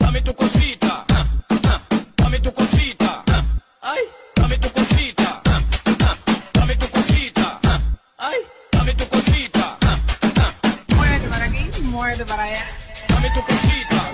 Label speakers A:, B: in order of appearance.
A: dame tu cosita, ah, ah, dame tu cosita, ah, ay, dame tu cosita, ah, ah, dame tu cosita, ah, ay, dame tu cosita, ah, ah,
B: Muerde para aquí, muerde para allá.
A: dame tu cosita.